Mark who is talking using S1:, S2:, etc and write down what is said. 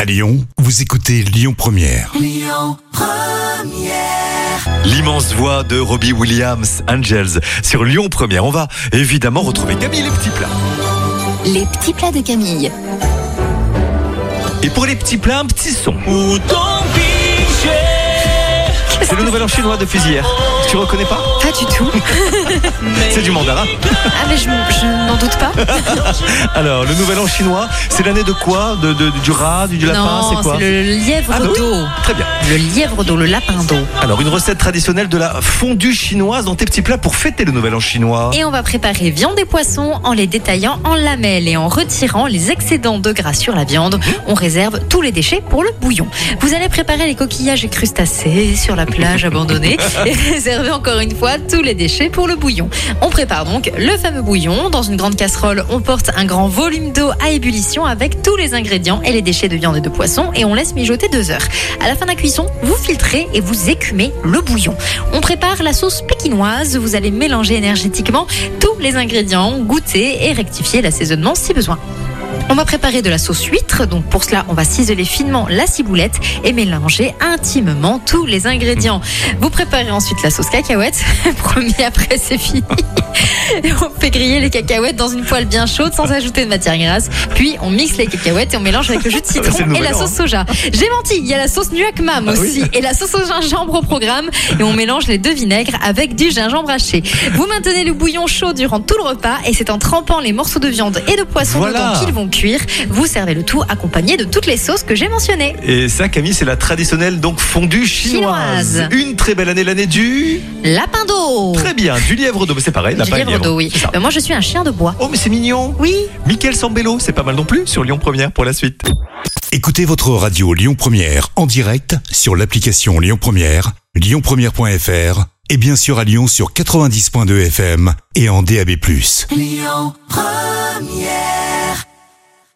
S1: À Lyon, vous écoutez Lyon Première.
S2: L'immense voix de Robbie Williams, Angels, sur Lyon Première. On va évidemment retrouver Camille les petits plats.
S3: Les petits plats de Camille.
S2: Et pour les petits plats, un petit son. C'est le nouvel an chinois de Fusière. Tu reconnais pas
S3: Pas du tout.
S2: C'est du mandarin.
S3: Ah mais je, je n'en doute pas.
S2: Alors, le nouvel an chinois, c'est l'année de quoi de, de- Du rat, du, du lapin, c'est
S3: non,
S2: quoi
S3: c'est le lièvre
S2: Ah, bah oui.
S3: d'eau.
S2: Très bien.
S3: Le lièvre d'eau, le lapin d'eau.
S2: Alors, une recette traditionnelle de la fondue chinoise dans tes petits plats pour fêter le nouvel an chinois.
S3: Et on va préparer viande et poissons en les détaillant en lamelles et en retirant les excédents de gras sur la viande. On réserve tous les déchets pour le bouillon. Vous allez préparer les coquillages et crustacés sur la plage abandonnée et réserver encore une fois tous les déchets pour le bouillon. On prépare donc le fameux bouillon. Dans une grande casserole, on porte un grand volume d'eau à ébullition avec tous les ingrédients et les déchets de viande et de poisson et on laisse mijoter deux heures. À la fin de la cuisson, vous filtrez et vous écumez le bouillon. On prépare la sauce pékinoise. Vous allez mélanger énergétiquement tous les ingrédients, goûter et rectifier l'assaisonnement si besoin. On va préparer de la sauce huître, donc pour cela on va ciseler finement la ciboulette et mélanger intimement tous les ingrédients. Vous préparez ensuite la sauce cacahuète, promis après c'est fini. Et on fait griller les cacahuètes dans une poêle bien chaude sans ajouter de matière grasse. Puis on mixe les cacahuètes et on mélange avec le jus de
S2: Ah bah, C'est le
S3: citron et
S2: nouvel
S3: la
S2: an,
S3: sauce soja. J'ai menti, il y a la sauce nuac mam
S2: Ah oui.
S3: aussi et la sauce au gingembre au programme. Et on mélange les deux vinaigres avec du gingembre haché. Vous maintenez le bouillon chaud durant tout le repas et c'est en trempant les morceaux de viande et de poisson
S2: Voilà.
S3: dedans qu'ils vont cuire. Vous servez le tout accompagné de toutes les sauces que j'ai mentionnées.
S2: Et ça, Camille, c'est la traditionnelle donc fondue chinoise.
S3: Chinoise.
S2: Une très belle année, l'année du.
S3: Lapin d'eau
S2: Très bien, du lièvre d'eau. Mais c'est pareil,
S3: Du
S2: lapin et
S3: lièvre d'eau, oui.
S2: C'est ça.
S3: Mais moi je suis un chien de bois.
S2: Oh, mais c'est mignon.
S3: Oui,
S2: Michael Sambello, c'est pas mal non plus sur Lyon Première pour la suite.
S1: Écoutez votre radio Lyon Première en direct sur l'application Lyon Première, lyonpremière.fr et bien sûr à Lyon sur 90.2 FM et en DAB+.